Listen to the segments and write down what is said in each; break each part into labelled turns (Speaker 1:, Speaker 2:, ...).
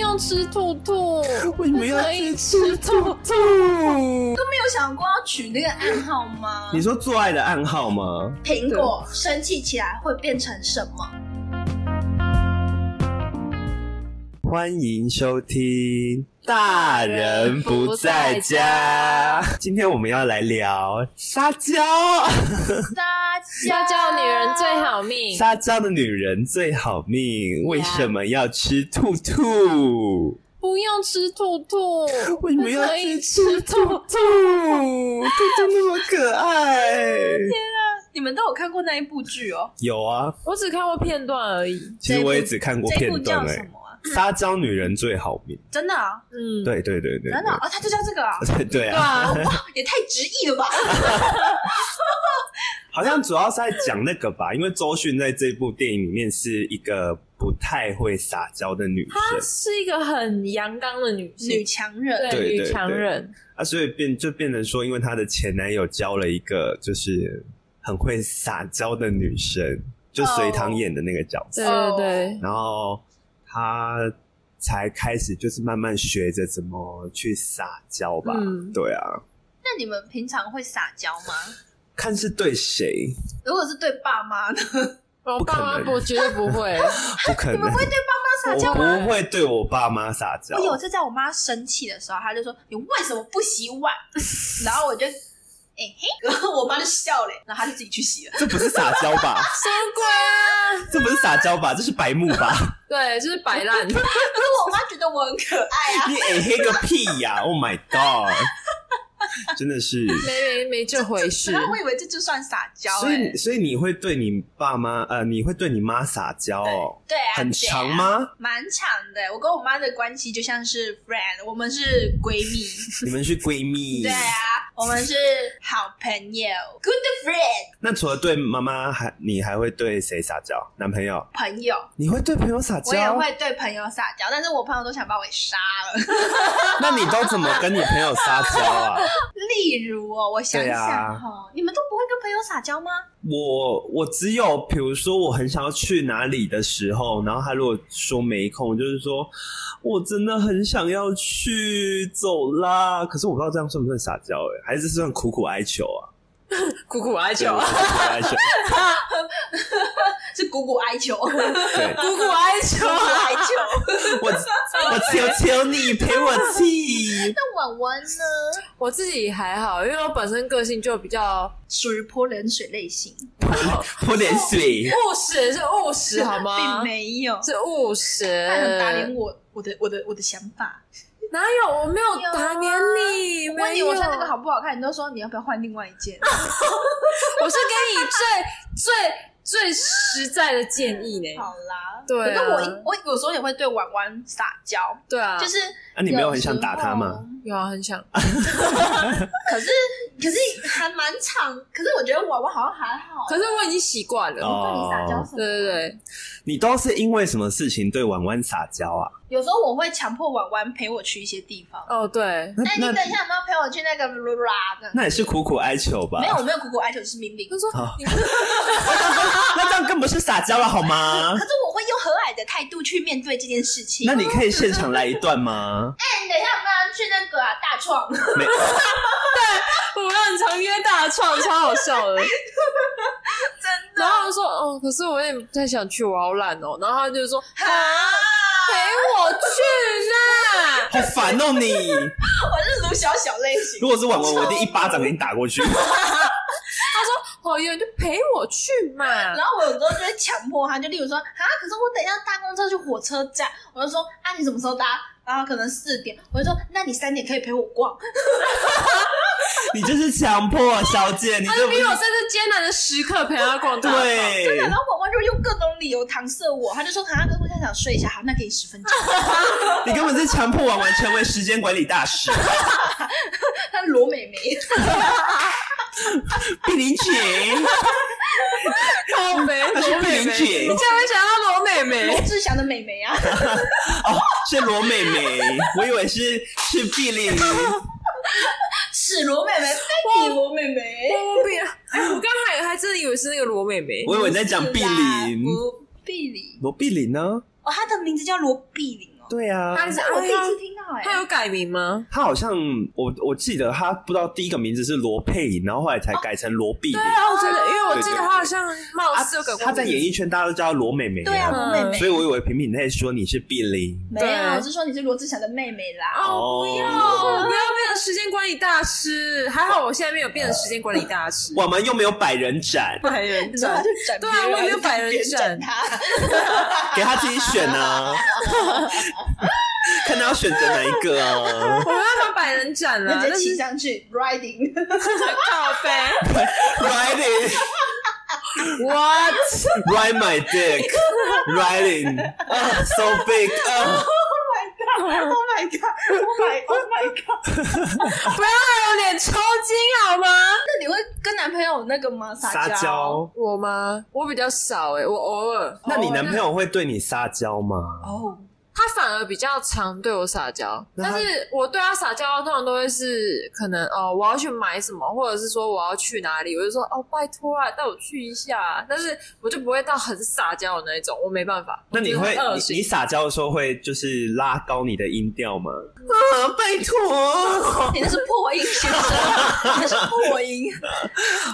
Speaker 1: 要吃兔 兔，
Speaker 2: 为什么要
Speaker 1: 可以
Speaker 2: 去
Speaker 1: 吃
Speaker 2: 吃
Speaker 1: 兔
Speaker 2: 兔
Speaker 1: 兔
Speaker 2: 兔？
Speaker 3: 没有想过要取那个暗号吗？
Speaker 2: 你说做爱的暗号吗？
Speaker 3: 苹果生气起来会变成什么？
Speaker 2: 欢迎收听《大人不在家》。今天我们要来聊撒娇，
Speaker 3: 大
Speaker 1: 撒娇女人最好命。
Speaker 2: 撒娇的女人最好命。为什么要吃兔兔？
Speaker 1: 不要吃兔兔，
Speaker 2: 为什么要去吃兔兔？兔兔那么可爱。
Speaker 3: 你们都有看过那一部剧哦？
Speaker 2: 有啊，
Speaker 1: 我只看过片段而已。
Speaker 2: 其实我也只看过
Speaker 3: 这一部
Speaker 2: 片段
Speaker 3: 叫
Speaker 2: 哎、
Speaker 3: 什么啊？
Speaker 2: 撒娇女人最好命。
Speaker 3: 真的啊，
Speaker 1: 嗯，
Speaker 2: 对对对对
Speaker 3: 真的啊，哦它就叫这个啊，
Speaker 2: 对 对
Speaker 1: 对
Speaker 2: 啊，
Speaker 1: 啊，
Speaker 3: 也太直译 了吧？
Speaker 2: 好像主要是在讲那个吧，因为周迅在这部电影里面是一个不太会撒娇的女
Speaker 1: 她
Speaker 2: 生
Speaker 1: 是一个很阳刚的女性
Speaker 3: 女，强人，
Speaker 2: 对
Speaker 1: 对
Speaker 2: 对
Speaker 1: 女强人。
Speaker 2: 啊，所以变就变成说，因为她的前男友交了一个就是很会撒娇的女生，就隋唐演的那个角色
Speaker 1: 对
Speaker 3: 哦
Speaker 1: 对对，
Speaker 2: 然后她才开始就是慢慢学着怎么去撒娇吧，
Speaker 1: 嗯
Speaker 2: 对啊，
Speaker 3: 那你们平常会撒娇吗？
Speaker 2: 看是对谁，
Speaker 3: 如果是对爸妈呢？
Speaker 1: 我
Speaker 2: 不可
Speaker 1: 爸妈
Speaker 2: 能
Speaker 1: 不绝对不会。
Speaker 2: 不可
Speaker 3: 你
Speaker 2: 能
Speaker 3: 们，会对爸妈撒娇
Speaker 2: 我
Speaker 3: 吗？
Speaker 2: 不会对我爸妈撒娇
Speaker 3: 哎我，有一次在我妈生气的时候，她就说：“你为什么不洗 碗？”然后我就，哎、嘿，然后我妈就笑嘞，然后她就自己去洗 了。
Speaker 2: 这不是撒娇吧？
Speaker 1: 什么鬼啊？
Speaker 2: 这不是撒娇吧？这是白目 吧？
Speaker 1: 对，就是摆烂。
Speaker 3: 可是我妈觉得我很可爱啊，
Speaker 2: 你哎黑个屁呀、o h my god！真的 是，
Speaker 1: 没没没这回事。
Speaker 3: 然后我以为这就算撒娇
Speaker 2: 所
Speaker 3: 哎、
Speaker 2: 以所以你会对你爸妈呃，你会对你妈撒娇哦，
Speaker 3: 对啊，
Speaker 2: 很
Speaker 3: 对啊
Speaker 2: 长？吗？
Speaker 3: 蛮长的，我跟我妈的关系就像是 friend，我们是闺 蜜。
Speaker 2: 你们是闺蜜，
Speaker 3: 对啊，我们是好朋友，good friend，
Speaker 2: 那除了对妈妈，还你还会对谁撒娇？男朋友？
Speaker 3: 朋友。
Speaker 2: 你会对朋友撒娇？
Speaker 3: 我也会对朋友撒娇，但是我朋友都想把我给杀了。
Speaker 2: 那你都怎么跟你朋友撒娇啊？
Speaker 3: 例如哦，我想
Speaker 2: 对啊
Speaker 3: 想哈、你们都不会跟朋友撒娇吗？
Speaker 2: 我我只有比如说我很想要去哪里的时候，然后他如果说没空，就是说我真的很想要去，走啦。可是我不知道这样算不算撒娇哎、欸，还是算苦苦哀求啊？
Speaker 1: 苦苦哀
Speaker 2: 对
Speaker 1: 求
Speaker 2: 我，苦苦哀求，
Speaker 3: 是苦苦哀求， 苦
Speaker 2: 对
Speaker 1: 苦苦哀求
Speaker 3: 苦
Speaker 1: 啊！
Speaker 3: 哀求。
Speaker 2: 我我求求你陪我去。
Speaker 3: 那婉婉呢，
Speaker 1: 我自己还好，因为我本身个性就比较
Speaker 3: 属于泼冷水类型，
Speaker 2: 泼点水，
Speaker 1: 务实，是务实 好吗
Speaker 3: 并？没有，
Speaker 1: 是务实。
Speaker 3: 他很打脸我，我的我的我的想法。
Speaker 1: 哪有？我没有
Speaker 3: 没有啊
Speaker 1: 打脸你，
Speaker 3: 我问
Speaker 1: 没
Speaker 3: 你，
Speaker 1: 有
Speaker 3: 我穿这个好，不好看，你都说你要不要换另外一 件。
Speaker 1: 我是给你最最最实在的建议呢。
Speaker 3: 好啦，
Speaker 1: 对啊
Speaker 3: 可是我一我有时候也会对婉婉撒娇，
Speaker 1: 对啊，
Speaker 3: 就是
Speaker 2: 啊你没有很想打他吗？
Speaker 1: 有啊，很想。
Speaker 3: 可是可是还蛮长，可是我觉得娃娃好像还好。
Speaker 1: 可是我已经习惯了。
Speaker 2: 哦
Speaker 3: 对你撒娇什么？
Speaker 1: 对对。对，
Speaker 2: 你都是因为什么事情对婉婉撒娇啊？
Speaker 3: 有时候我会强迫婉婉陪我去一些地方。
Speaker 1: 哦对，
Speaker 2: 那
Speaker 3: 哎、你
Speaker 2: 那
Speaker 3: 等一下，有没有陪我去那个啦啦
Speaker 2: 那也是苦苦哀求吧？
Speaker 3: 没有，我没有苦苦哀求，是命令。
Speaker 1: 他说
Speaker 2: 好
Speaker 1: 你
Speaker 2: 那这样更不是撒娇了好吗
Speaker 3: 可？是我会用和蔼的态度去面对这件事情。
Speaker 2: 那你可以现场来一段吗？
Speaker 3: 哎你等一下，有没有去那个啊大创？
Speaker 2: 没，
Speaker 1: 我们很常约大创，超好笑 的。
Speaker 3: 真
Speaker 1: 然后我就说哦，可是我也不太想去，我好懒哦。然后他就说 啊，陪我去啦。
Speaker 2: 好烦哦你！
Speaker 3: 我是卢小小类型
Speaker 2: 如。果是婉婉，我一定一巴掌给你打过去。
Speaker 1: 好远哦就陪我去嘛。
Speaker 3: 然后我有时候就会强迫他，就例如说啊，可是我等一下搭公车去火车站，我就说啊，你什么时候搭？然后可能四点，我就说那你三点可以陪我逛。
Speaker 2: 你就是强迫啊小姐，你
Speaker 1: 他
Speaker 2: 这
Speaker 1: 就
Speaker 2: 不
Speaker 1: 逼我在这艰难的时刻陪他逛大道。
Speaker 2: 对，
Speaker 3: 然后婉婉就用各种理由搪塞我，他就说啊，可是我现在想睡一下，好，那给你十分钟。
Speaker 2: 你根本是强迫婉婉成为时间管理大师。
Speaker 3: 他罗 美眉，
Speaker 2: 碧玲姐，
Speaker 1: 靠北，
Speaker 2: 她是
Speaker 1: 罗
Speaker 2: 碧
Speaker 1: 美
Speaker 2: 玲
Speaker 1: 眉，
Speaker 2: 姐
Speaker 1: 你竟然会想到罗美
Speaker 3: 罗
Speaker 1: 眉？
Speaker 3: 志祥的美眉啊。
Speaker 2: 是罗美美，我以为是是碧玲。
Speaker 3: 是罗妹妹，Baby 罗妹妹，
Speaker 1: 我比哎，我刚还还真的以为是那个罗美眉。
Speaker 2: 我以为你在讲碧玲，
Speaker 3: 罗碧玲
Speaker 2: 罗碧玲呢？
Speaker 3: 哦，她的名字叫罗碧玲哦，
Speaker 2: 对啊，
Speaker 1: 他是
Speaker 3: 哎我第一
Speaker 1: 他
Speaker 3: 次听到哎、
Speaker 1: 他有改名吗？
Speaker 2: 他好像我我记得他不知道第一个名字是罗佩影，然后后来才改成罗碧玲。
Speaker 1: 啊，我觉得，因为我
Speaker 2: 对
Speaker 1: 记得
Speaker 2: 对
Speaker 1: 他好像貌
Speaker 2: 啊
Speaker 1: 似有改过
Speaker 2: 他在演艺圈大家都叫她罗美美、
Speaker 3: 对啊，
Speaker 1: 嗯
Speaker 3: 我妹妹，
Speaker 2: 所以我以为平平在说你是碧玲。
Speaker 3: 没有，
Speaker 1: 对
Speaker 3: 我是说你是罗志祥的妹妹啦。
Speaker 1: 哦，不要，
Speaker 2: 哦
Speaker 1: 不要变成时间管理大师。还好我现在没有变成时间管理大 师。
Speaker 2: 我们又没有百人斩，
Speaker 1: 百人
Speaker 3: 然后他
Speaker 1: 斩
Speaker 3: 就，整
Speaker 1: 对啊
Speaker 3: 别人
Speaker 1: 我也有百人
Speaker 3: 别整
Speaker 1: 斩
Speaker 3: 他，
Speaker 2: 给他自己选啊， 看他要选择哪一个 啊。
Speaker 1: 我没办法百人斩了，
Speaker 3: 那直
Speaker 1: 但
Speaker 3: 接
Speaker 1: 是
Speaker 3: 骑上去 riding。
Speaker 1: 靠 背
Speaker 2: Riding,
Speaker 1: ，what？
Speaker 2: ride my dick, riding, uh, so big, uh,
Speaker 3: Oh my god! Oh my oh my god!
Speaker 1: 不要让我脸抽筋好吗？
Speaker 3: 那你会跟男朋友那个吗？
Speaker 2: 撒
Speaker 3: 娇？
Speaker 2: 娇。
Speaker 1: 我吗？我比较少哎、我偶尔，
Speaker 2: 那你男朋友会对你撒娇吗？
Speaker 3: 哦，
Speaker 1: 他反而比较常对我撒娇，
Speaker 2: 那他
Speaker 1: 但是我对他撒娇通常都会是可能哦，我要去买什么，或者是说我要去哪里，我就说哦，拜托啊，带我去一下啊、但是我就不会到很撒娇的那一种，我没办法。
Speaker 2: 那你
Speaker 1: 我
Speaker 2: 会
Speaker 1: 觉得很恶
Speaker 2: 你你
Speaker 1: 心？
Speaker 2: 撒娇的时候会就是拉高你的音调吗？啊，拜托，
Speaker 3: 你那是破音先生，你那是破音，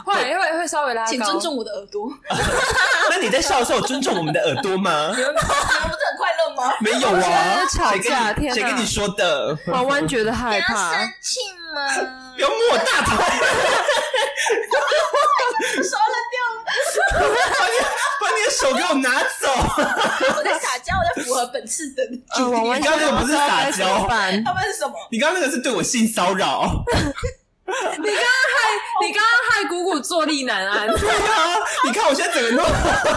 Speaker 1: 会会会稍微拉高，
Speaker 3: 请尊重我的耳朵。 你
Speaker 2: 那你在笑的时候有尊重我们的耳朵吗？
Speaker 3: 们不是很快乐吗？
Speaker 2: 没有啊，
Speaker 1: 我觉得吵架
Speaker 2: 谁跟你
Speaker 1: 天哪
Speaker 2: 谁跟你说的？
Speaker 1: 弯弯觉得害怕，
Speaker 3: 气吗？
Speaker 2: 啊 不要摸我大腿，
Speaker 3: 手冷
Speaker 2: 把你的手给我拿走。
Speaker 3: 掉了，我在撒娇，我在符合本次的主
Speaker 1: 弯
Speaker 3: 题。
Speaker 1: 弯
Speaker 2: 你刚刚那个不是撒娇
Speaker 1: 烦。
Speaker 3: 他们是什么？
Speaker 2: 你刚刚那个是对我性骚扰，
Speaker 1: 你刚刚害姑姑坐立难 安，
Speaker 2: 对啊，你看我现在整个人都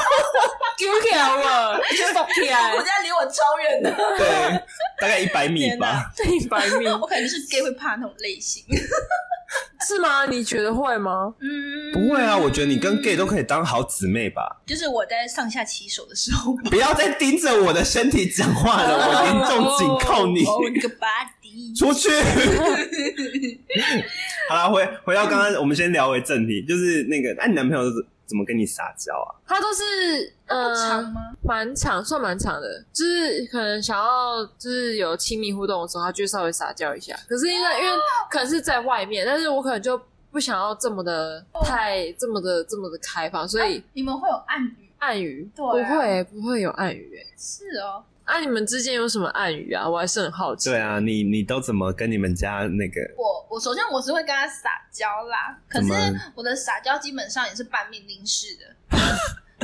Speaker 1: 丢掉了，就放屁 啊！
Speaker 3: 我家离我超远的，
Speaker 2: 对，大概一百米
Speaker 3: 天
Speaker 2: 吧
Speaker 3: 哪。
Speaker 1: 一百米
Speaker 3: 我可能就是 gay 会怕那种类型。
Speaker 1: 是吗？你觉得会吗？
Speaker 3: 嗯，
Speaker 2: 不会啊，我觉得你跟 gay 都可以当好姊妹吧。
Speaker 3: 就是我在上下其手的时候，
Speaker 2: 不要再盯着我的身体讲话了，我严重警告你。
Speaker 3: 哦，你个 body，
Speaker 2: 出去。 好啦，回回到刚刚，我们先聊回正题，就是那个，哎、你男朋友怎么跟你撒娇啊？
Speaker 1: 他都是
Speaker 3: 长
Speaker 1: 嗯，
Speaker 3: 吗？
Speaker 1: 蛮长，算蛮长的，就是可能想要就是有亲密互动的时候，他就稍微撒娇一下。可是因
Speaker 3: 哦
Speaker 1: 为因为可能是在外面，但是我可能就不想要这么的太这么的这么的开放，所以
Speaker 3: 你们会有暗语？
Speaker 1: 暗语
Speaker 3: 对
Speaker 1: 不
Speaker 3: 啊
Speaker 1: 会不会有暗语欸。
Speaker 3: 是哦，
Speaker 1: 啊，你们之间有什么暗语啊？我还是很好奇。
Speaker 2: 对啊，你你都怎么跟你们家那个？
Speaker 3: 我我首先我是会跟他撒娇啦，可是
Speaker 2: 怎么
Speaker 3: 我的撒娇基本上也是半命令式的，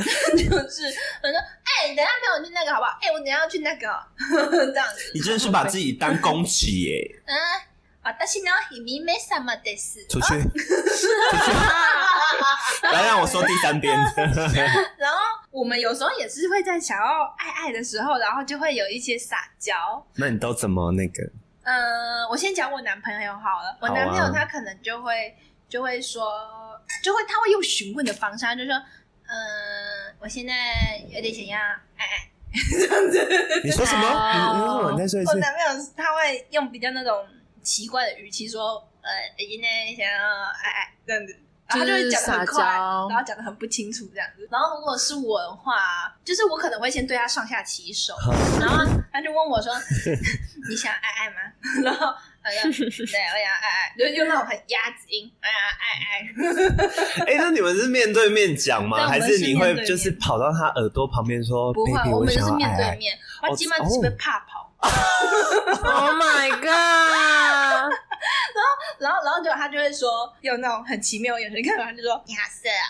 Speaker 3: 就是我说哎、你等一下陪我去那个好不好？哎、我等一下要去那个哦 这样子。
Speaker 2: 你真的是把自己当公鸡耶、
Speaker 3: 嗯，私の意味めさまです。
Speaker 2: 出去， 来让我说第三遍。
Speaker 3: 然后我们有时候也是会在想要爱爱的时候，然后就会有一些撒娇。
Speaker 2: 那你都怎么那个？
Speaker 3: 嗯，我先讲我男朋友好了。我
Speaker 2: 好啊
Speaker 3: 男朋友他可能就会、就会说，就会他会用询问的方式，他就说，嗯，我现在有点想要哎爱爱。
Speaker 2: 你说什么？
Speaker 1: 哦
Speaker 2: 你你让我再说一
Speaker 3: 我
Speaker 2: 次。
Speaker 3: 男朋友是他会用比较那种奇怪的语气说，呃，我现在想要爱爱这样子。然后他就会讲的很
Speaker 1: 就是
Speaker 3: 快，
Speaker 1: 撒娇
Speaker 3: 然后讲的很不清楚这样子。然后如果是我的话，就是我可能会先对他上下其手，然后他就问我说：“ 你想爱爱吗？” 然后他 说：“对，我想爱爱。”就是用那种很鸭子音，哎呀爱爱。
Speaker 2: 哎、那你们是面对面讲
Speaker 3: 对
Speaker 2: 吗？
Speaker 3: 我们
Speaker 2: 还
Speaker 3: 是
Speaker 2: 是你
Speaker 3: 面对
Speaker 2: 会
Speaker 3: 面
Speaker 2: 就是跑到他耳朵旁边说
Speaker 3: 不会，
Speaker 2: ？“Baby，
Speaker 3: 我们就
Speaker 2: 想
Speaker 3: 是
Speaker 2: 要
Speaker 3: 面
Speaker 2: 爱
Speaker 3: 对
Speaker 2: 爱。
Speaker 3: 面，我基本上
Speaker 2: 哦
Speaker 3: 只是被怕跑。
Speaker 1: Oh my god！
Speaker 3: 然后，然后就他就会说用那种很奇妙的眼神看我，他就说：“你好色啊。”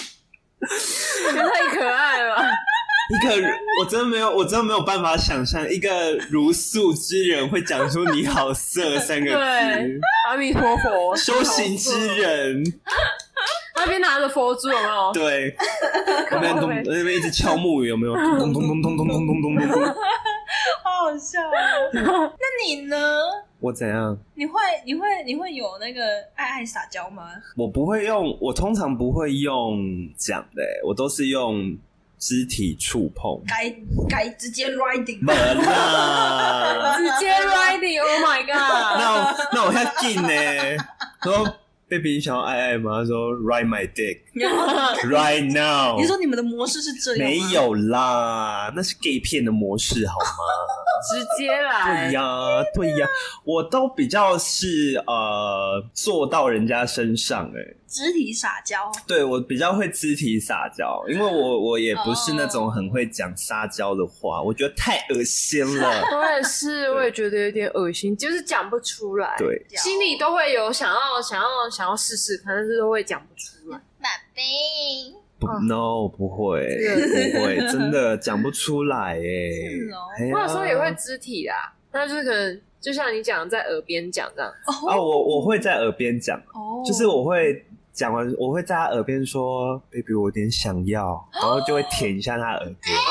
Speaker 1: 也太可爱了吧。
Speaker 2: 一个我真的没有，我真的没有办法想象一个如素之人会讲出“你好色”三 个字
Speaker 1: 对。阿弥陀佛，
Speaker 2: 修行之人，
Speaker 1: 那边拿着佛珠有没有？
Speaker 2: 对，我
Speaker 1: 靠背
Speaker 2: 那边咚我那边一直敲木鱼，有没有？咚咚咚咚咚咚咚咚咚咚。
Speaker 3: 好好笑 哦！那你呢？
Speaker 2: 我怎样？
Speaker 3: 你会你会你会有那个爱爱撒娇吗？
Speaker 2: 我不会用，我通常不会用讲的、欸我都是用肢体触碰。
Speaker 3: 该该直接 riding
Speaker 2: 没啦，
Speaker 1: 直接 riding，Oh my god！
Speaker 2: 欸那我那我要进呢，然后。贝比，你想要爱爱吗？他说 Ride my dick
Speaker 3: 然后
Speaker 2: right now
Speaker 3: 你。说你们的模式是这样
Speaker 2: 没
Speaker 3: 吗？
Speaker 2: 有啦，那是 gay 片的模式，好吗？
Speaker 1: 直接来。
Speaker 2: 对，
Speaker 3: 哎
Speaker 2: 呀，对呀，我都比较是呃做到人家身上哎、欸
Speaker 3: 肢体撒娇，
Speaker 2: 对我比较会肢体撒娇，因为我我也不是那种
Speaker 3: 哦
Speaker 2: 很会讲撒娇的话，我觉得太恶心了
Speaker 1: 我也是，我也觉得有点恶心，就是讲不出来，
Speaker 2: 对，
Speaker 1: 心里都会有想要想要想要试试看，但是都会讲不出来。
Speaker 3: 宝贝。
Speaker 2: 不
Speaker 1: 哦
Speaker 2: no 不会
Speaker 1: 这
Speaker 3: 个
Speaker 2: 不会，真的讲不 出来哎、欸
Speaker 3: 是哦
Speaker 2: 哎呀
Speaker 1: 我有时候也会肢体啦，那就是可能就像你讲，在耳边讲这样，
Speaker 2: 啊，我我会在耳边讲，
Speaker 3: 哦
Speaker 2: 就是我会。讲完，我会在他耳边说：“baby，我有点想要。”然后就会舔一下他耳朵。
Speaker 1: 哦，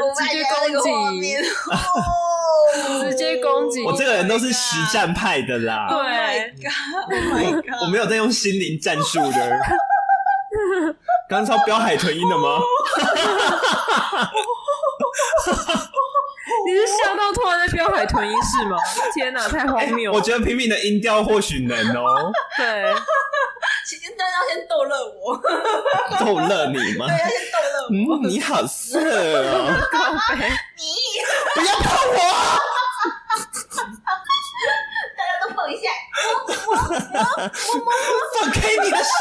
Speaker 3: 我
Speaker 1: 干，直接攻击，
Speaker 3: 击
Speaker 1: 直接攻击
Speaker 2: 我这个人都是实战派的啦。
Speaker 1: ，Oh 对
Speaker 3: Oh my god！Oh my god！
Speaker 2: 我没有在用心灵战 术的。刚超标海豚音的吗？
Speaker 1: 你是吓到突然在飙海豚音是 吗？天哪，太荒谬了！
Speaker 2: 我觉得平平的音调或许能 哦，
Speaker 1: 对，
Speaker 3: 其实但要先逗乐我，
Speaker 2: 逗乐你吗
Speaker 3: 对，？要先逗乐我。
Speaker 2: 嗯，你好色哦！
Speaker 1: 靠北
Speaker 3: 你
Speaker 2: 不要碰我！
Speaker 3: 大家都碰一下，
Speaker 2: 放开你的手！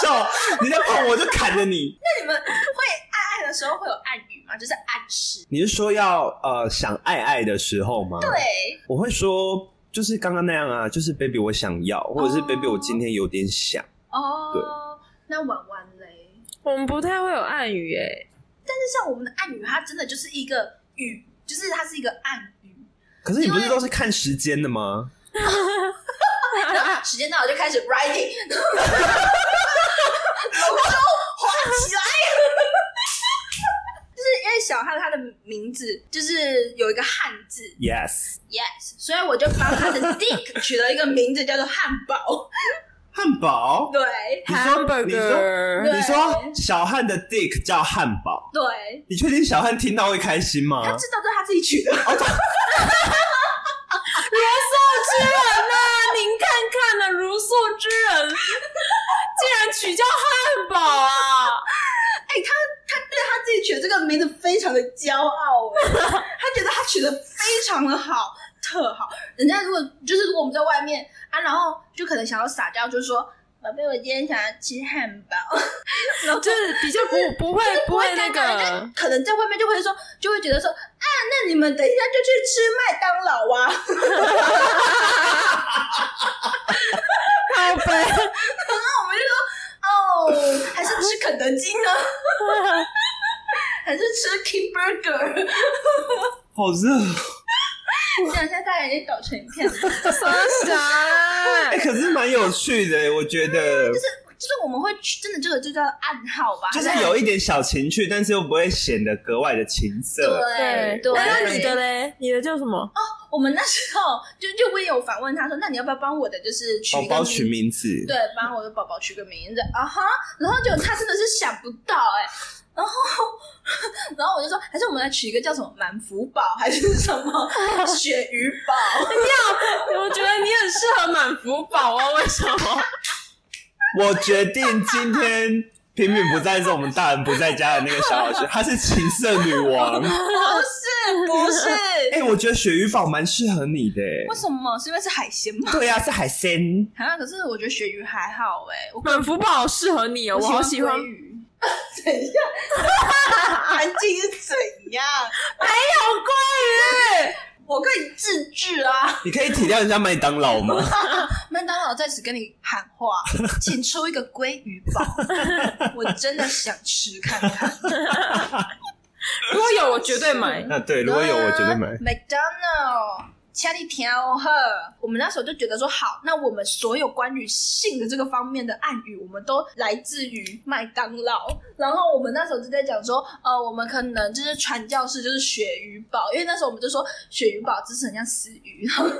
Speaker 2: 你再碰我就砍了你！
Speaker 3: 那你们会爱爱的时候会有暗语吗？就是暗示。
Speaker 2: 你是说要呃想爱爱的时候吗？
Speaker 3: 对，
Speaker 2: 我会说就是刚刚那样啊，就是 baby 我想要，或者是
Speaker 3: 哦
Speaker 2: baby 我今天有点想。
Speaker 3: 哦，那婉婉嘞？
Speaker 1: 我们不太会有暗语诶，
Speaker 3: 但是像我们的暗语，它真的就是一个语，就是它是一个暗 语。
Speaker 2: 可是你不是都是看时间的吗？
Speaker 3: 然后时间到了就开始 writing，龙 舟划起来。就是因为小汉他的名字就是有一个汉字
Speaker 2: Yes，
Speaker 3: yes，所以我就帮他的 dick 取了一个名字叫做汉堡。
Speaker 2: 汉堡。
Speaker 3: 对
Speaker 2: 你说，你说，
Speaker 1: hamburger，
Speaker 3: 对
Speaker 2: 你说小汉的 dick 叫汉堡，
Speaker 3: 对，
Speaker 2: 你确定小汉听到会开心吗？
Speaker 3: 他知道这是他自己取的。
Speaker 1: 之人呐、您看看呐、如素之人，竟然取叫汉堡啊！
Speaker 3: 哎、他他对他自己取的这个名字非常的骄傲、哎， 他觉得他取的非常的好，特好。人家如果就是如果我们在外面啊，然后就可能想要撒娇，就说宝贝，我今天想要吃汉堡，然后就
Speaker 1: 就是比较不不会不会那
Speaker 3: 尴尬人
Speaker 1: 个
Speaker 3: 家，可能在外面就会说，就会觉得说啊，那你们等一下就去吃麦当劳啊，
Speaker 1: 靠背，
Speaker 3: 哦， 还是吃肯德基呢， 还是吃 King Burger？
Speaker 2: 好热！
Speaker 3: 你想一下，大家已经搞成一片了。
Speaker 1: 傻傻
Speaker 2: 哎、。可是蛮有趣的，我觉得，
Speaker 3: 就是我们会去真的这个就叫暗号吧，
Speaker 2: 就是有一点小情趣，但是又不会显得格外的情色。
Speaker 3: 对对。
Speaker 1: 那你的嘞？你的叫什么？
Speaker 3: 我们那时候就就我也有反问他说，那你要不要帮我的就是取
Speaker 2: 宝
Speaker 3: 一个
Speaker 2: 宝取
Speaker 3: 名
Speaker 2: 名字，
Speaker 3: 对，帮我的宝宝取个名字啊哈。然后就他真的是想不到哎、然后 然后我就说，还是我们来取一个叫什么满福宝还是什 么鳕鱼宝？
Speaker 1: 我觉得你很适合满福宝啊！为什么？
Speaker 2: 我决定今天平平不在，是我们大人不在家的那个小 老师，她是情色女 王。
Speaker 3: 不是不是，
Speaker 2: 哎、我觉得鳕鱼堡蛮适合你的、
Speaker 3: 为什么？是因为是海鲜吗？
Speaker 2: 对呀、是海鲜。
Speaker 3: 啊，可是我觉得鳕鱼还好哎、我
Speaker 1: 满福宝适合你哦，我好喜欢
Speaker 3: 鲑。鱼。 怎样？环境是怎样？没有鲑鱼，我可以自制啊！
Speaker 2: 你可以体谅人家麦当劳吗？
Speaker 3: 麦当劳在此跟你喊话，请出一个鲑鱼堡，我真的想吃看看。
Speaker 1: 如果有，我绝对买。
Speaker 2: 那对，如果有我绝对买。啊
Speaker 3: McDonald。家里调和，我们那时候就觉得说好，那我们所有关于性的这个方面的暗语，我们都来自于麦当劳。然后我们那时候就在讲说，呃，我们可能就是传教士就是鳕鱼堡，因为那时候我们就说鳕鱼堡就是很像死鱼，然后就是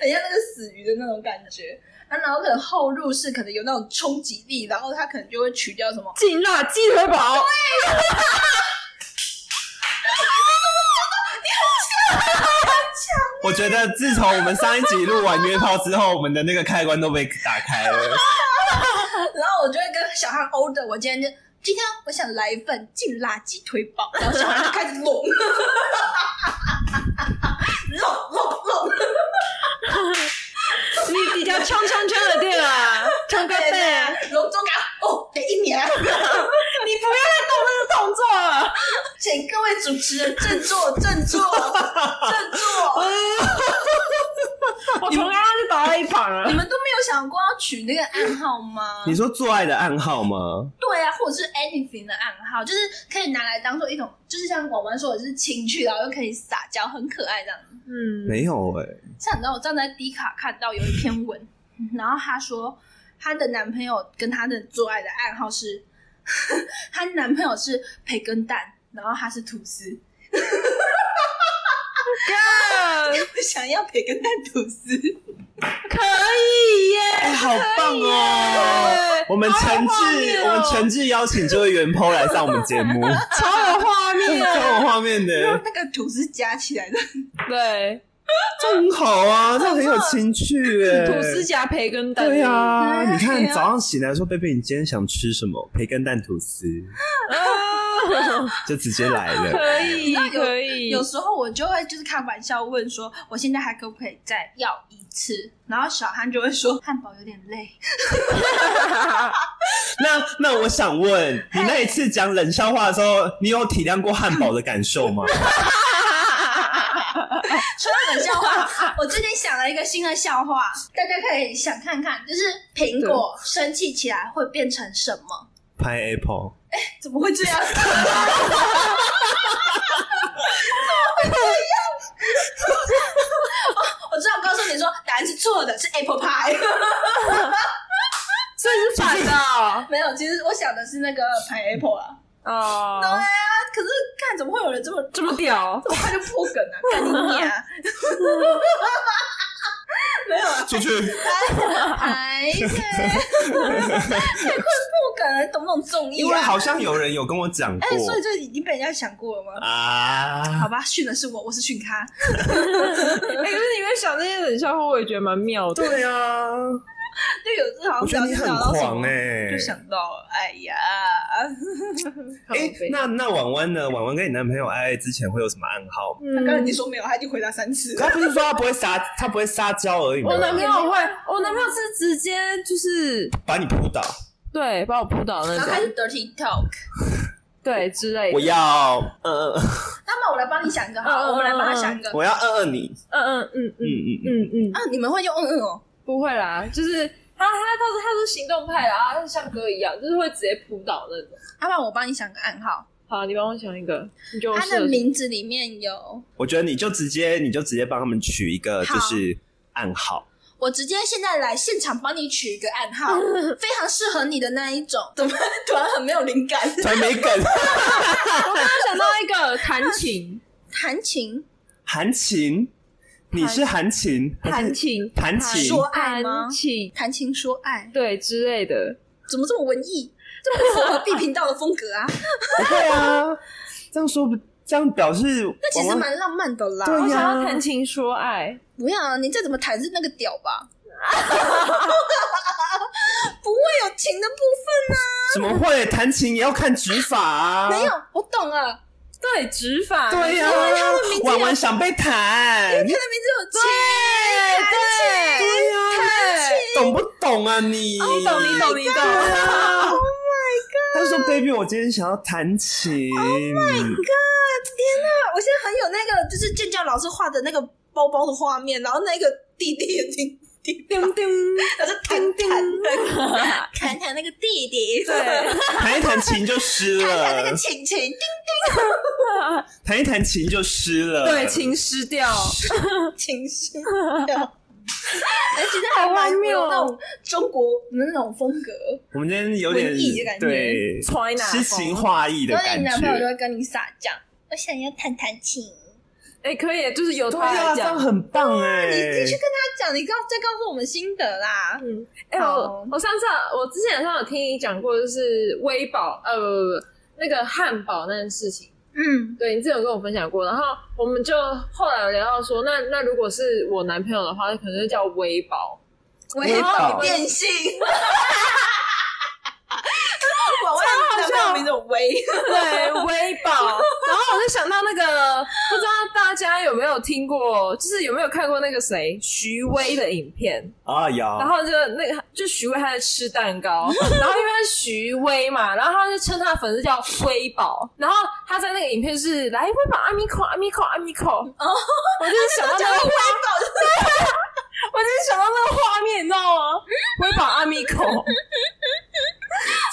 Speaker 3: 很像那个死鱼的那种感觉。啊，然后可能后入式可能有那种冲击力，然后它可能就会取掉什么
Speaker 1: 劲辣鸡腿堡，
Speaker 3: 强
Speaker 2: 我觉得自从我们上一集录完约炮之后，我们的那个开关都被打开了。
Speaker 3: 然后我就会跟小汉 order，我今天就今天我想来一份劲辣鸡腿堡，然后小汉就开始拢，拢拢拢，
Speaker 1: 你比较冲冲冲的对吧？冲个
Speaker 3: 对
Speaker 1: 背，
Speaker 3: 对，隆中感哦，得一年。
Speaker 1: 你不要再动那个动作了。
Speaker 3: 请各位主持人振作，振作，振作！
Speaker 1: 我从刚刚就倒在一旁
Speaker 3: 你
Speaker 1: 了。
Speaker 3: 们都没有想过要取那个暗号吗？
Speaker 2: 你说做爱的暗号吗？
Speaker 3: 对啊，或者是 anything 的暗号，就是可以拿来当做一种，就是像广文说的，就是情趣，然后又可以撒娇，很可爱这样。
Speaker 4: 嗯，
Speaker 2: 没有哎、
Speaker 3: 像你知道，我站在迪卡看到有一篇文，然后她说她的男朋友跟她的做爱的暗号是，她男朋友是培根蛋，然后她是吐司，我想要培根蛋吐司，
Speaker 1: 可以
Speaker 2: 哎、
Speaker 1: 耶！
Speaker 2: 好棒哦！
Speaker 1: 对
Speaker 2: 我们诚
Speaker 1: 好有画
Speaker 2: 挚，
Speaker 1: 面哦
Speaker 2: 我们诚挚邀请这位袁抛来上我们节目，
Speaker 1: 超有画面，
Speaker 2: 超有画面
Speaker 3: 然后
Speaker 2: 的，
Speaker 3: 那个吐司夹起来的。
Speaker 1: 对，
Speaker 2: 这很好啊，这很有情趣哎、
Speaker 1: 吐司夹培根蛋，
Speaker 2: 对呀、啊
Speaker 3: 对
Speaker 2: 你看
Speaker 3: 呀
Speaker 2: 早上醒来说：“贝贝，你今天想吃什么？培根蛋吐司，
Speaker 1: 啊，
Speaker 2: 就直接来 了。
Speaker 1: 可以
Speaker 3: 那有
Speaker 1: 可以，
Speaker 3: 有时候我就会就是开玩笑问说，我现在还可不可以再要一次？然后小憨就会说汉堡有点累，
Speaker 2: 那”那我想问，你那一次讲冷笑话的时候，你有体谅过汉堡的感受吗？
Speaker 3: 说到冷笑话，我最近想了一个新的笑话，大家可以想看看，就是苹果生气起来会变成什么？
Speaker 2: 拍 Apple，
Speaker 3: 怎么会这 样？哦我只好告诉你说，答案是错的，是 apple pie。
Speaker 1: 所以是反的哦
Speaker 3: 没有，其实我想的是那个 pineapple 啊。
Speaker 1: 哦，
Speaker 3: 啊可是看怎么会有人这么
Speaker 1: 这么屌，
Speaker 3: 我快就破梗 了，干你娘！啊没有啊，
Speaker 2: 出去。
Speaker 3: 哎呀，太快破梗了，懂不懂综艺、啊？
Speaker 2: 因为好像有人有跟我讲
Speaker 3: 哎、所以
Speaker 2: 过
Speaker 3: 就已经被人家想过了吗？好
Speaker 2: 啊，
Speaker 3: 吧，训的是我，我是训咖。
Speaker 1: 哎，可是你们想这些冷笑话，我也觉得蛮妙的。
Speaker 2: 对啊，
Speaker 3: 就有次好
Speaker 2: 我
Speaker 3: 像
Speaker 2: 觉得你
Speaker 3: 聊天
Speaker 2: 很
Speaker 3: 聊到什
Speaker 2: 狂
Speaker 3: 么，
Speaker 2: 哎、
Speaker 3: 就想到了，哎呀，
Speaker 4: 靠
Speaker 2: 哎、
Speaker 4: 北
Speaker 2: 那那婉婉呢？婉婉跟你男朋友爱爱之前会有什么暗号吗？
Speaker 3: 刚才你说没有，他已经回答三次
Speaker 2: 他
Speaker 3: 了。
Speaker 2: 不是说他不会撒，他不会撒娇而已吗
Speaker 1: 我？男朋友会，我男朋友是直接就是
Speaker 2: 把你扑倒，
Speaker 1: 对把我扑倒那
Speaker 3: 然后他
Speaker 1: 种，
Speaker 3: 是 dirty talk。
Speaker 1: 对之类
Speaker 2: 我
Speaker 1: 的。
Speaker 2: 要嗯嗯，
Speaker 3: 那么我来帮你想一个好了，
Speaker 1: 嗯嗯
Speaker 3: 我们来帮他想一个。
Speaker 2: 我要嗯嗯你，
Speaker 1: 嗯嗯嗯嗯
Speaker 2: 嗯嗯嗯，
Speaker 1: 嗯嗯，
Speaker 3: 啊，你们会用嗯嗯哦？
Speaker 1: 不会啦，就是他他他是他是行动派的啊，他像哥一样，就是会直接扑倒那种。
Speaker 3: 要不然我帮你想个暗号。
Speaker 1: 好，你帮我想一个，你觉得我
Speaker 3: 他
Speaker 1: 适合
Speaker 3: 的名字里面有
Speaker 2: 我觉得你就直接你就直接帮他们取一个
Speaker 3: 好
Speaker 2: 就是暗号，
Speaker 3: 我直接现在来现场帮你取一个暗 号，非常适合你的那一种。怎么突然很没有灵感？
Speaker 2: 才没梗，
Speaker 1: 我刚刚想到一个弹琴，
Speaker 3: 弹琴
Speaker 2: 韩琴，你是韩琴，
Speaker 1: 弹琴，
Speaker 2: 弹琴
Speaker 3: 说爱吗
Speaker 1: 弹？琴，
Speaker 3: 弹琴说爱，
Speaker 1: 对之类的。
Speaker 3: 怎么这么文艺？这么符合 B 频道的风格 啊？
Speaker 2: 不会啊，这样说不这样表示
Speaker 3: 那其
Speaker 2: 婉
Speaker 3: 实
Speaker 2: 婉
Speaker 3: 蛮浪漫的啦。
Speaker 2: 对
Speaker 1: 我
Speaker 2: 呀
Speaker 1: 想要弹琴说爱，
Speaker 3: 不要啊，你再怎么弹是那个屌 吧？不会有情的部分
Speaker 2: 怎么会弹琴也要看指法啊？
Speaker 3: 啊？没有，我懂了。
Speaker 1: 对指法，
Speaker 2: 对呀、婉婉想被弹，
Speaker 3: 他的名字有情，哎哦
Speaker 1: 对
Speaker 2: 对哎呀、懂不懂啊你？
Speaker 1: 对，懂你懂你懂。
Speaker 2: 啊 Oh my god！他说：“baby，我今天想要弹琴。”Oh my god！
Speaker 3: 啊我现在很有那个，就是建教老师画的那个包包的画面，然后那个弟弟眼睛，
Speaker 1: 叮叮，
Speaker 3: 他就弹弹弹弹那个弟弟，
Speaker 1: 对，
Speaker 2: 弹一弹琴就湿
Speaker 3: 弹弹那
Speaker 2: 了
Speaker 3: 个，晴晴，
Speaker 2: 弹一弹琴就湿了。
Speaker 1: 对，琴失掉，
Speaker 3: 情绪。哎，其实还蛮有那种中国的那种风格，
Speaker 2: 我们今天有点
Speaker 3: 文艺的感觉
Speaker 2: 对
Speaker 1: 揣哪
Speaker 2: 诗情画意的
Speaker 3: 然后
Speaker 2: 感
Speaker 3: 你男朋友就
Speaker 2: 觉。
Speaker 3: 会跟你撒娇，我想要弹弹琴。
Speaker 1: 哎，可以，就是由
Speaker 2: 对
Speaker 1: 他来
Speaker 2: 啊，这
Speaker 1: 讲
Speaker 2: 样。很棒
Speaker 3: 你
Speaker 2: 哎、
Speaker 3: 继续跟他讲，你告再告诉我们心得啦。
Speaker 1: 嗯，哎、
Speaker 3: 好
Speaker 1: 我我上次啊我之前好像有听你讲过，就是微保呃不不不那个汉堡那件事情，
Speaker 3: 嗯，
Speaker 1: 对你之前有跟我分享过，然后我们就后来有聊到说，那那如果是我男朋友的话，可能就叫微保，
Speaker 3: 我
Speaker 2: 微保
Speaker 3: 变性。我问男朋友名字微，
Speaker 1: 对，微保。然后我就想到那个，不知道大家有没有听过，就是有没有看过那个谁徐威的影片？
Speaker 2: 啊
Speaker 1: 然
Speaker 2: 呀，
Speaker 1: 后就那个就徐威他在吃蛋糕， 然后因为他是徐威嘛，然后他就称他的粉丝叫威宝，然后他在那个影片是来威宝阿米口阿米口阿米口，哦，我就是想到那个
Speaker 3: 微
Speaker 1: 画，
Speaker 3: 保
Speaker 1: 我就是想到那个画面，你知道吗？威宝阿米口，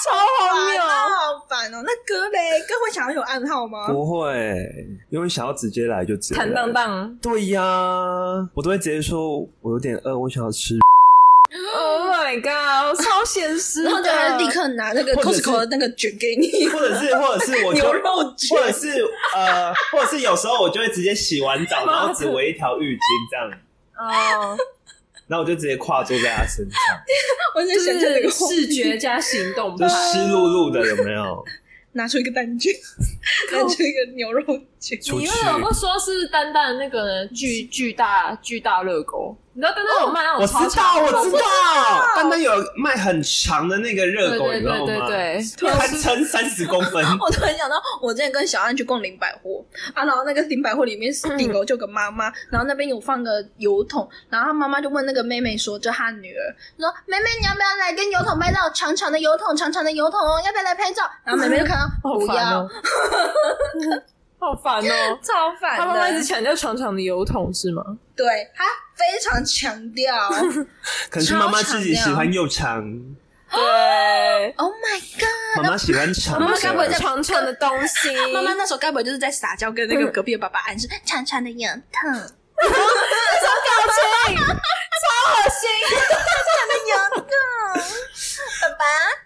Speaker 1: 超荒谬。
Speaker 3: 好烦哦。那歌嘞，歌会想要有暗号吗？
Speaker 2: 不会，因为想要直接来就直接
Speaker 1: 坦荡
Speaker 2: 来。
Speaker 1: 荡，
Speaker 2: 对呀，我都会直接说，我有点饿，我想要吃。
Speaker 1: Oh my god，超现实的，
Speaker 3: 然后就还是立刻拿那个
Speaker 2: 或者是
Speaker 3: Costco 的那个卷给你，
Speaker 2: 或者是，或者是我就
Speaker 3: 牛肉卷
Speaker 2: 或者是呃，或者是有时候我就会直接洗完澡，然后只围一条浴巾这样，
Speaker 1: 哦，
Speaker 2: 然后我就直接跨坐在他 身上，
Speaker 3: 我在
Speaker 1: 就
Speaker 3: 想象那
Speaker 1: 是
Speaker 3: 个
Speaker 1: 视觉加行动
Speaker 2: 就
Speaker 1: 派，
Speaker 2: 湿漉漉的，有没有？
Speaker 3: 拿出一个蛋卷，拿出一个牛肉卷，
Speaker 2: 出
Speaker 1: 你
Speaker 2: 去
Speaker 1: 为什么不说是丹丹那个呢？巨巨大巨大热狗？你知道丹丹
Speaker 3: 哦
Speaker 1: 有卖那种
Speaker 2: 我知
Speaker 1: 哦超
Speaker 2: 道，
Speaker 1: 长的
Speaker 2: 我知道，丹丹有卖很长的那个热狗，
Speaker 1: 对
Speaker 2: 你知道
Speaker 1: 对对
Speaker 2: 吗？
Speaker 1: 对对，
Speaker 2: 堪称三十公分，
Speaker 3: 我突然想到，我之前跟小安去逛林百货啊，然后那个林百货里面是顶楼就有个妈妈，然后那边有放个油桶，然后她妈妈就问那个妹妹说，就她女儿说，妹妹你要不要来跟油桶拍照？长长的油桶，长长的油桶哦，要不要来拍照？然后妹妹就看到
Speaker 1: 好
Speaker 3: 不
Speaker 1: 烦
Speaker 3: 要，
Speaker 1: 哦， 好烦哦。
Speaker 3: 超烦
Speaker 1: 他妈妈一直
Speaker 3: 的，
Speaker 1: 强调长长的油桶是 吗？
Speaker 3: 对她非常强调
Speaker 2: 可是妈妈自己喜欢又
Speaker 1: 啊
Speaker 2: 长，
Speaker 1: 对，
Speaker 3: ，Oh my god！
Speaker 2: 妈妈喜欢长的。
Speaker 1: 妈妈
Speaker 3: 该
Speaker 1: 该
Speaker 3: 不
Speaker 1: 不
Speaker 3: 会
Speaker 1: 会
Speaker 3: 在
Speaker 1: 长长的东 西？
Speaker 3: 妈妈那时候该不会就是在撒娇，跟那个隔壁的爸爸暗示长长的油桶，长
Speaker 1: 表情超恶心。
Speaker 3: 长的油桶，爸爸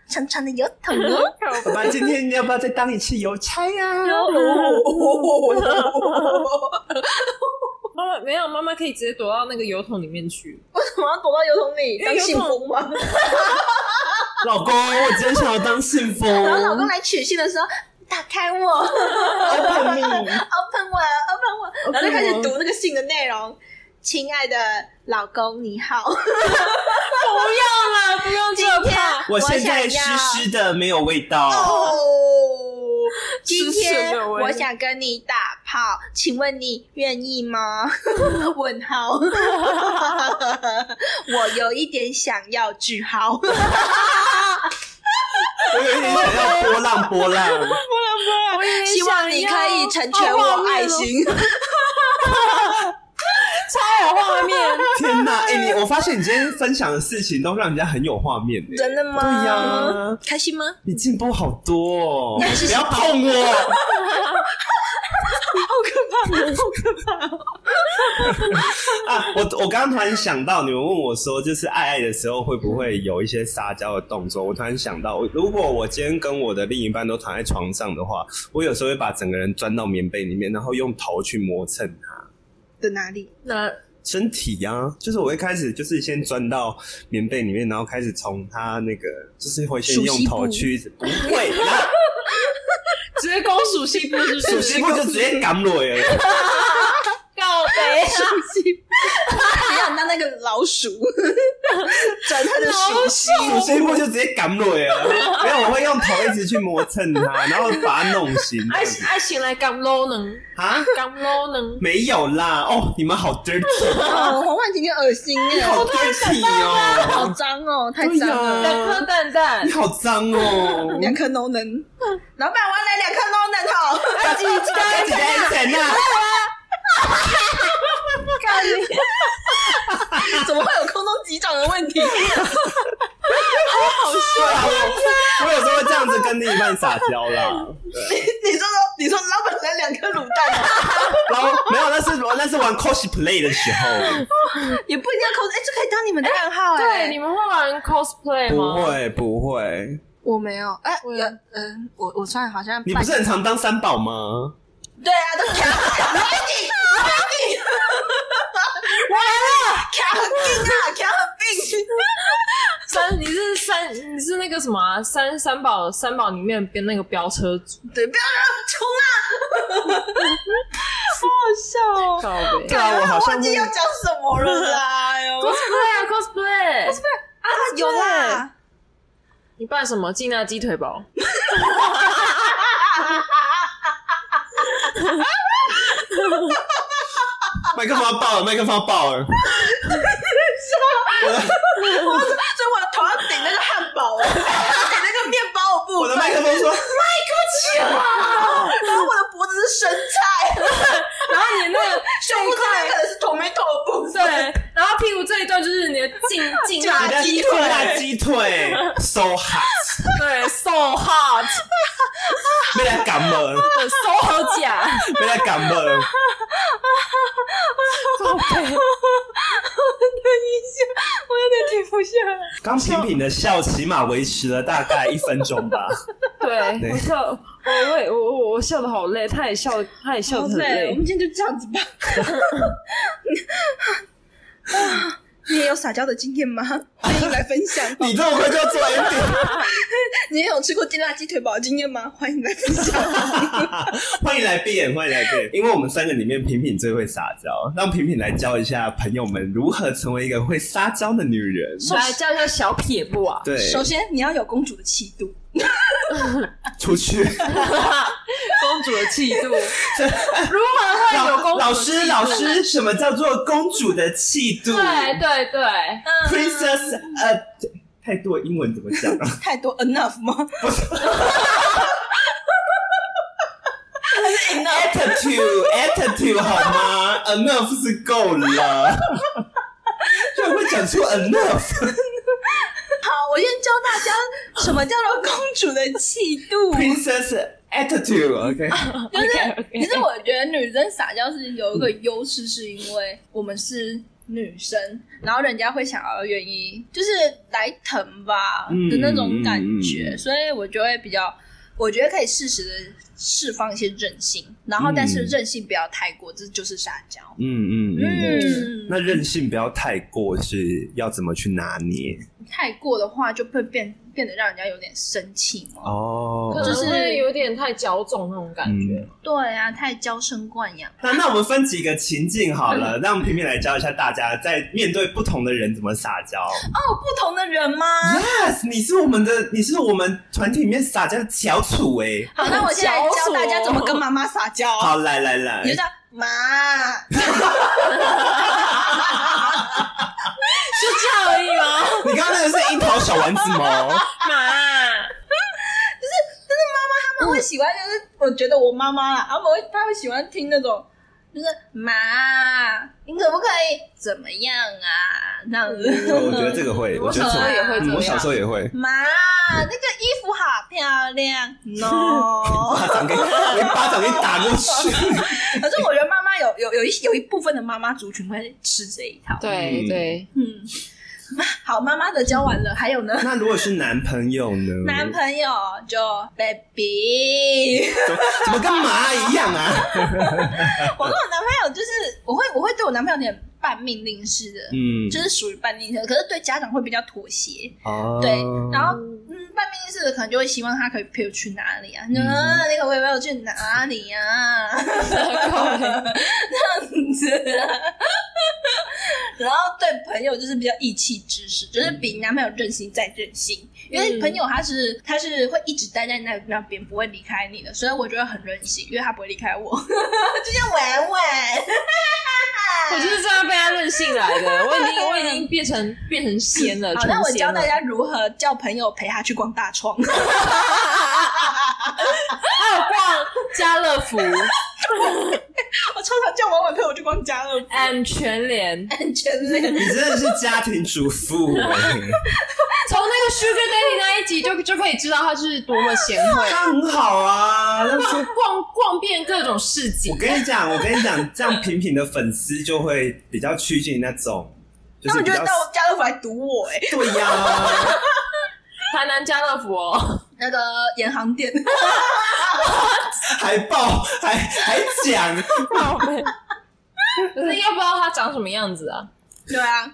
Speaker 3: 长长的油桶哦。
Speaker 2: 爸爸今天要不要再当一次邮差啊？
Speaker 1: 妈妈没有，妈妈可以直接躲到那个油桶里面去。
Speaker 3: 我要躲到油桶里
Speaker 1: 当信
Speaker 3: 封吗？
Speaker 2: 老公，我今天想要当信封。
Speaker 3: 然后老公来取信的时候，打开我
Speaker 2: Open me
Speaker 3: ，open 我，open 我，然后 就开始读那个信的内容。亲爱的老公，你好，
Speaker 1: 不要啦，不用
Speaker 3: 今
Speaker 1: 这
Speaker 3: 天
Speaker 1: 怕。
Speaker 2: 我现
Speaker 3: 想
Speaker 2: 在
Speaker 3: 要
Speaker 2: 湿湿的，没有味道。
Speaker 3: 哦。今天我想跟你打炮，请问你愿意吗？ 问号， 我有一点想要句号。
Speaker 2: 我有一点想要波浪波 浪。
Speaker 1: 我也
Speaker 3: 希望你可以成全我爱心。
Speaker 1: 超有哦画面。
Speaker 2: 天哪！哎、你我发现你今天分享的事情都让人家很有画面呢、
Speaker 3: 真的吗？
Speaker 2: 对呀
Speaker 3: 开心吗？
Speaker 2: 你进步好多、哦，不要碰我！
Speaker 3: 好可怕！哦
Speaker 2: 啊，我我刚刚突然想到，你们问我说，就是爱爱的时候会不会有一些撒娇的动作？我突然想到，我如果我今天跟我的另一半都躺在床上的话，我有时候会把整个人钻到棉被里面，然后用头去磨蹭他
Speaker 3: 的哪 里？
Speaker 1: 那
Speaker 2: 身体呀、就是我会开始就是先钻到棉被里面，然后开始从他那个就是会先用头去，不会啦，
Speaker 1: 直接攻属性部是不
Speaker 2: 手
Speaker 1: 是？
Speaker 2: 心部就 直接赶我耶。
Speaker 1: 告白。
Speaker 3: 你想当那个老鼠，转它的鼠性。
Speaker 2: 我这一步就直接赶落了，没有，我会用头一直去磨蹭它，然后把它弄醒这
Speaker 1: 爱
Speaker 2: 样子
Speaker 1: 爱情来讲 low 能，
Speaker 2: 啊。
Speaker 1: 讲 low 能。
Speaker 2: 没有啦，哦，你们好 dirty，
Speaker 3: 哦，黄婉婷有点恶心耶，
Speaker 2: 好 dirty 哦，
Speaker 3: 好脏哦，太
Speaker 2: 对
Speaker 3: 脏了。
Speaker 1: 两颗
Speaker 2: 呀，
Speaker 1: 蛋蛋
Speaker 2: 你，好脏哦，
Speaker 3: 两颗 no 能，老板，我要来两颗 no 能哦。
Speaker 2: 大鸡大鸡蛋疼啊，
Speaker 3: 怎么会有空中击掌的问题？
Speaker 2: 对啊，我我有时候会这样子跟另一半撒娇啦，对啊
Speaker 3: 你说说，你说老板来两颗卤蛋哦，
Speaker 2: 然后没有，那是我那是玩 cosplay 的时 候，
Speaker 3: 也不一定要空，哎，这可以当你们的暗号哎。
Speaker 1: 对，你们会玩 cosplay
Speaker 2: 不
Speaker 1: 吗？
Speaker 2: 会不会，
Speaker 3: 我没有，哎，
Speaker 1: 我
Speaker 3: 我
Speaker 1: 有
Speaker 3: 嗯，我我算好像
Speaker 2: 你不是很常当三宝吗？
Speaker 3: 对啊，都卡卡到你，卡到你，完了，卡很病啊，卡很病。
Speaker 1: 三，你是三，你是那个什么啊三三宝三宝里面编那个飙车族，
Speaker 3: 对，不要让他冲啊！好笑哦。
Speaker 1: 告别。
Speaker 2: 对啊，我好像
Speaker 3: 忘记要讲什么了啦，哎 呦
Speaker 1: cosplay 啊 cosplay，
Speaker 3: 啊，有啦，
Speaker 1: 你扮什么？劲辣鸡腿堡。
Speaker 2: 麦克风要爆了，麦克风要爆了。
Speaker 3: 所以我的头要顶那个汉堡哦， 顶那个面包的部
Speaker 2: 我
Speaker 3: 分
Speaker 2: 的，麦克风说，
Speaker 3: 然后我的脖子是生菜，
Speaker 1: 然后你那 个
Speaker 3: 胸部这边可能是 tomato 的部分，
Speaker 1: 对，然后屁股这一段就是你的 劲劲
Speaker 3: 大
Speaker 1: 辣
Speaker 2: 你的
Speaker 3: 鸡
Speaker 2: 鸡
Speaker 3: 腿
Speaker 2: 腿，大鸡腿，so hot，
Speaker 1: 对，so hot，
Speaker 2: 被他感冒了，
Speaker 1: 对，so 好假，
Speaker 2: 被他感冒了。
Speaker 1: 告别。
Speaker 3: 我有点停不下来。
Speaker 2: 刚平平的笑，起码维持了大概一分钟吧。
Speaker 1: 对，
Speaker 2: 对
Speaker 1: 我笑，我我也我我我笑的好累，他也笑，他也笑
Speaker 3: 好
Speaker 1: 的很
Speaker 3: 累，我
Speaker 1: 累
Speaker 3: 们。今天就这样子吧。 你也有撒娇的经验 吗？欢迎来分享。
Speaker 2: 你这么快就要做 ending，
Speaker 3: 你也有吃过金辣鸡腿堡的经验吗？欢迎来分享。
Speaker 2: 欢迎来闭眼，欢迎来闭眼。因为我们三个里面，平平最会撒娇，让平平来教一下朋友们如何成为一个会撒娇的女人。
Speaker 1: 来叫一下小撇步啊，
Speaker 2: 对，
Speaker 3: 首先，你要有公主的气度。
Speaker 2: 出去。
Speaker 1: 公主的气度， 如何会有公主
Speaker 2: 老
Speaker 1: 的
Speaker 2: 老
Speaker 1: 气
Speaker 2: 师，
Speaker 1: 度
Speaker 2: 老，师，什么叫做公主的气度
Speaker 5: 对对对，
Speaker 1: 嗯
Speaker 2: ？Princess，呃，太多英文怎么讲啊？
Speaker 3: 太多 enough 吗？
Speaker 2: attitude attitude 好吗？enough 是够了，居然会讲出 enough
Speaker 3: 好，我先教大家什么叫做公主的气 度。
Speaker 2: princess attitude OK，
Speaker 3: 就是，其实我觉得女生撒娇是有一个优势，是因为我们是女生，然后人家会想要愿意就是来疼吧
Speaker 2: 嗯
Speaker 3: 的那种感觉，
Speaker 2: 嗯嗯嗯
Speaker 3: 所以我就会比较，我觉得可以适时的释放一些任性，然后但是
Speaker 2: 嗯
Speaker 3: 任性不要太过，这就是撒娇。
Speaker 2: 嗯嗯嗯。
Speaker 3: 嗯，
Speaker 2: 那任性不要太过，是要怎么去拿捏？
Speaker 3: 太过的话就会变变得让人家有点生气嘛。
Speaker 2: 哦，
Speaker 1: 可能会有点太骄纵那种感
Speaker 2: 嗯
Speaker 1: 觉。
Speaker 3: 对啊，太娇生惯养。哦
Speaker 2: 那那我们分几个情境好了，让平平来教一下大家，在面对不同的人怎么撒娇。
Speaker 3: 哦，不同的人吗？
Speaker 2: Yes，你是我们的，你是我们团体里面撒娇的翘楚哎、
Speaker 3: 好，那我现在
Speaker 1: 很
Speaker 3: 教
Speaker 1: 娇
Speaker 3: 大家
Speaker 1: 弱
Speaker 3: 怎么跟妈妈撒娇。
Speaker 2: 好，来来来，
Speaker 3: 你就这样，妈，
Speaker 1: 就这样而已吗？
Speaker 2: 你刚刚那个是樱桃小丸子 吗？
Speaker 1: 妈，
Speaker 3: 他们会喜欢，就是我觉得我妈妈啦，他们会，他会喜欢听那种，就是妈，你可不可以怎么样啊？那样 子，
Speaker 2: 我觉得这个会，
Speaker 1: 我
Speaker 2: 觉得
Speaker 1: 小时
Speaker 2: 这个
Speaker 1: 候也会这
Speaker 2: 嗯
Speaker 1: 样。
Speaker 2: 我小时候也会。
Speaker 3: 妈，那个衣服好漂亮，no。
Speaker 2: 巴掌给，我一巴掌给你打过 去。
Speaker 3: 可是我觉得妈妈有有有一有一部分的妈妈族群会吃这一套，
Speaker 1: 对
Speaker 2: 嗯
Speaker 1: 对，
Speaker 3: 嗯， 好，妈妈的教完了，还有呢？
Speaker 2: 那如果是男朋友呢？
Speaker 3: 男朋友就 baby，
Speaker 2: 怎么怎么跟麻一样啊？
Speaker 3: 我跟我男朋友就是我会我会对我男朋友有点半命令式的，
Speaker 2: 嗯，
Speaker 3: 就是属于半命令式，可是对家长会比较妥协。
Speaker 2: 哦
Speaker 3: 对，然后嗯，半命令式的可能就会希望他可以陪我去哪里啊？啊，你可不可以陪我去哪里呀、啊？
Speaker 2: 嗯
Speaker 3: 这样子。然后对朋友就是比较意气之士，就是比男朋友任性再任性，因为朋友他是他是会一直待在那那边，不会离开你的，所以我觉得很任性，因为他不会离开我， 就像玩玩。
Speaker 1: 我就是这样被他任性来的。我已经我已经变成变成仙了。
Speaker 3: 好，那我
Speaker 1: 成仙
Speaker 3: 教
Speaker 1: 呃了
Speaker 3: 大家如何叫朋友陪他去逛大创。
Speaker 1: 还有逛家乐福
Speaker 3: 我超常叫婉婉陪我去逛家乐福
Speaker 1: and 全联，
Speaker 3: 安 全类。
Speaker 2: 你真的是家庭主 妇哎，
Speaker 1: 从那个 Sugar Daddy 那一集就就可以知道他是多么贤惠，
Speaker 2: 那很好啊。但
Speaker 1: 逛
Speaker 2: 是
Speaker 1: 逛逛遍各种市集
Speaker 2: 我。跟你讲，我跟你讲，这样平平的粉丝就会比较趋近那种，就
Speaker 3: 他
Speaker 2: 是
Speaker 3: 们
Speaker 2: 比
Speaker 3: 就会
Speaker 2: 较
Speaker 3: 到家乐福来堵我哎、
Speaker 2: 对呀、
Speaker 1: 台南家乐福哦，
Speaker 3: 那个盐行 店，
Speaker 2: 还爆还还讲，
Speaker 1: 可是要不知道他长什么样子啊？
Speaker 3: 对啊，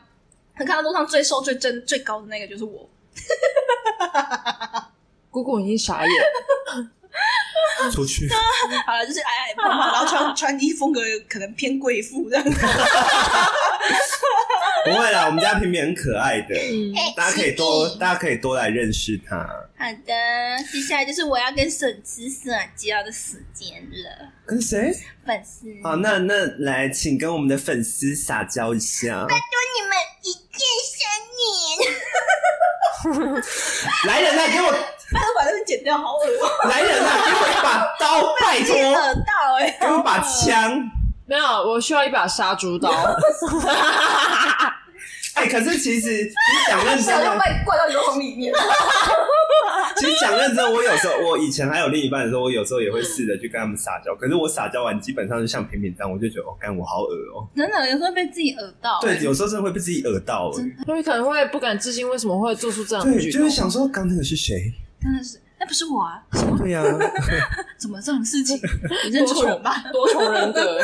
Speaker 3: 他看到路上最瘦、最真、最高的那个就是我。
Speaker 1: 姑姑已经傻眼。
Speaker 2: 出 去，
Speaker 3: 好了，就是哎矮矮胖胖，然后穿穿衣风格可能偏贵妇 这样。
Speaker 2: 不会啦，我们家平平很可爱的，
Speaker 1: 嗯，
Speaker 2: 大家可以多，大家可以多来认识他。
Speaker 3: 哎好的，接下来就是我要跟粉丝撒娇的时间了。
Speaker 2: 跟谁？
Speaker 3: 粉丝，
Speaker 2: 好，那那来，请跟我们的粉丝撒娇一 下。
Speaker 3: 你们一键三连，
Speaker 2: 来人啊，给我
Speaker 3: 他把那个剪掉，好恶 心，
Speaker 2: 来人啊，给我一把刀，拜托，
Speaker 3: 耳到 哎、
Speaker 2: 给我把枪。
Speaker 1: 没有，我需要一把杀猪刀。
Speaker 2: 哎、可是其实你讲认真 的，
Speaker 3: 被灌到油桶里面。
Speaker 2: 其实讲认真，我有时候我以前还有另一半的时候，我有时候也会试着去跟他们撒娇。可是我撒娇完，基本上就像平平这样，我就觉得哦，干我好恶哦、
Speaker 3: 真的，有时候被自己耳到、
Speaker 2: 对，，有时候真的会被自己恶到、哎
Speaker 1: 所以可能会不敢置信，为什么会做出这样的
Speaker 2: 对，
Speaker 1: 举
Speaker 2: 就
Speaker 1: 动？
Speaker 2: 会想说，刚那个是谁？
Speaker 3: 真的是，那不是我啊，
Speaker 2: 对 呀、
Speaker 3: 怎么这种事情？你认错人吧？
Speaker 1: 多重人 格，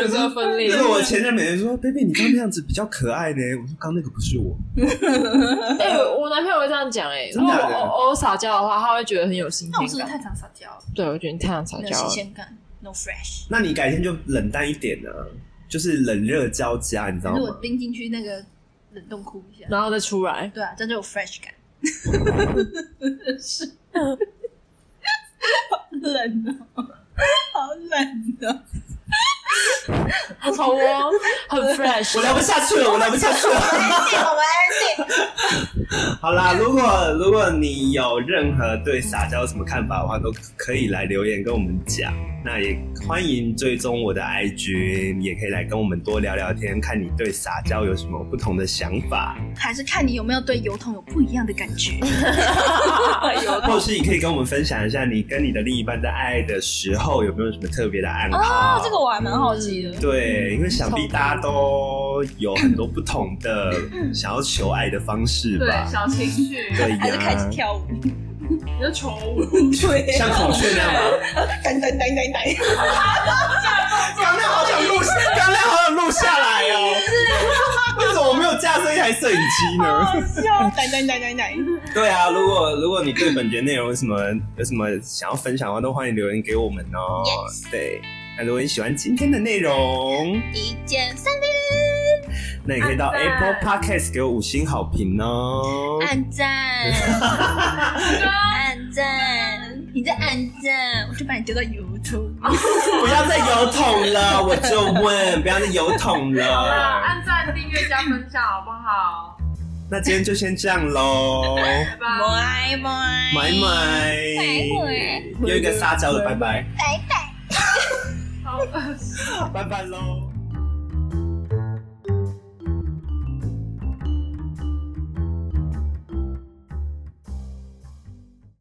Speaker 1: 人格分裂
Speaker 2: 就。是我前任每天说，baby，你刚那样子比较可爱呢。我说刚那个不是我，
Speaker 1: 哎、我男朋友会这样讲哎、
Speaker 2: 真
Speaker 1: 如
Speaker 2: 的
Speaker 1: 果
Speaker 2: 假的
Speaker 1: 我偶尔撒娇的话，他会觉得很有新
Speaker 3: 那我是
Speaker 1: 鲜
Speaker 3: 不是
Speaker 1: 感。
Speaker 3: 太常撒娇了？
Speaker 1: 对，我觉得你太想撒
Speaker 3: 没有
Speaker 1: 娇
Speaker 3: 新
Speaker 1: 了。
Speaker 3: 鲜感，no fresh。
Speaker 2: 那你改天就冷淡一点呢、就是冷热交加，你知道
Speaker 3: 可是我
Speaker 2: 吗？
Speaker 3: 冰进去那个冷冻库一下，
Speaker 1: 然后再出来，
Speaker 3: 对啊，这样就有 fresh 感。是，好冷哦，好冷哦。
Speaker 1: 好哦， 很
Speaker 2: 我
Speaker 1: fresh。
Speaker 2: 聊不下去了，我聊不下去了。
Speaker 3: 我们
Speaker 2: 好啦，如果如果你有任何对撒娇有什么看法的话，都可以来留言跟我们讲。那也欢迎追踪我的 IG，也可以来跟我们多聊聊天，看你对撒娇有什么不同的想法，
Speaker 3: 还是看你有没有对油桶有不一样的感觉。
Speaker 2: 或是你可以跟我们分享一下你跟你的另一半在爱的时候有没有什么特别的暗号。
Speaker 3: 哦，这个我还蛮好奇的。
Speaker 2: 对，因为想必大家都有很多不同的想要求爱的方式吧。
Speaker 5: 小情绪，
Speaker 2: 对呀
Speaker 3: 嗯还是开始跳舞，
Speaker 5: 你就求我，
Speaker 3: 对
Speaker 2: 像孔 雀那样吗？
Speaker 3: 噔噔噔噔噔，
Speaker 2: 刚才好想录，刚才好想录下来 哦。为什么我没有架设一台摄影机呢？
Speaker 3: 好笑，噔噔噔噔噔。
Speaker 2: 对啊，如果如果你对本节内容有什么有什么想要分享的话，都欢迎留言给我们哦。对，那如果你喜欢今天的内容，
Speaker 3: 一键三
Speaker 2: 那也可以到
Speaker 5: 按赞
Speaker 2: Apple Podcast 给我五星好评哦。
Speaker 3: 按赞， 按赞，你在按赞，我就把你丢到油桶。
Speaker 2: 不要再油桶了，我就问，不要再油桶
Speaker 5: 好啦，
Speaker 2: 了。
Speaker 5: 按赞、订阅、加分享，好不好？
Speaker 2: 那今天就先这样喽，
Speaker 5: 拜拜。
Speaker 3: 么爱么爱，
Speaker 2: 买买
Speaker 3: 拜，
Speaker 2: 又一个撒娇的拜拜，
Speaker 3: 拜拜。
Speaker 5: 好恶心
Speaker 2: 拜拜喽。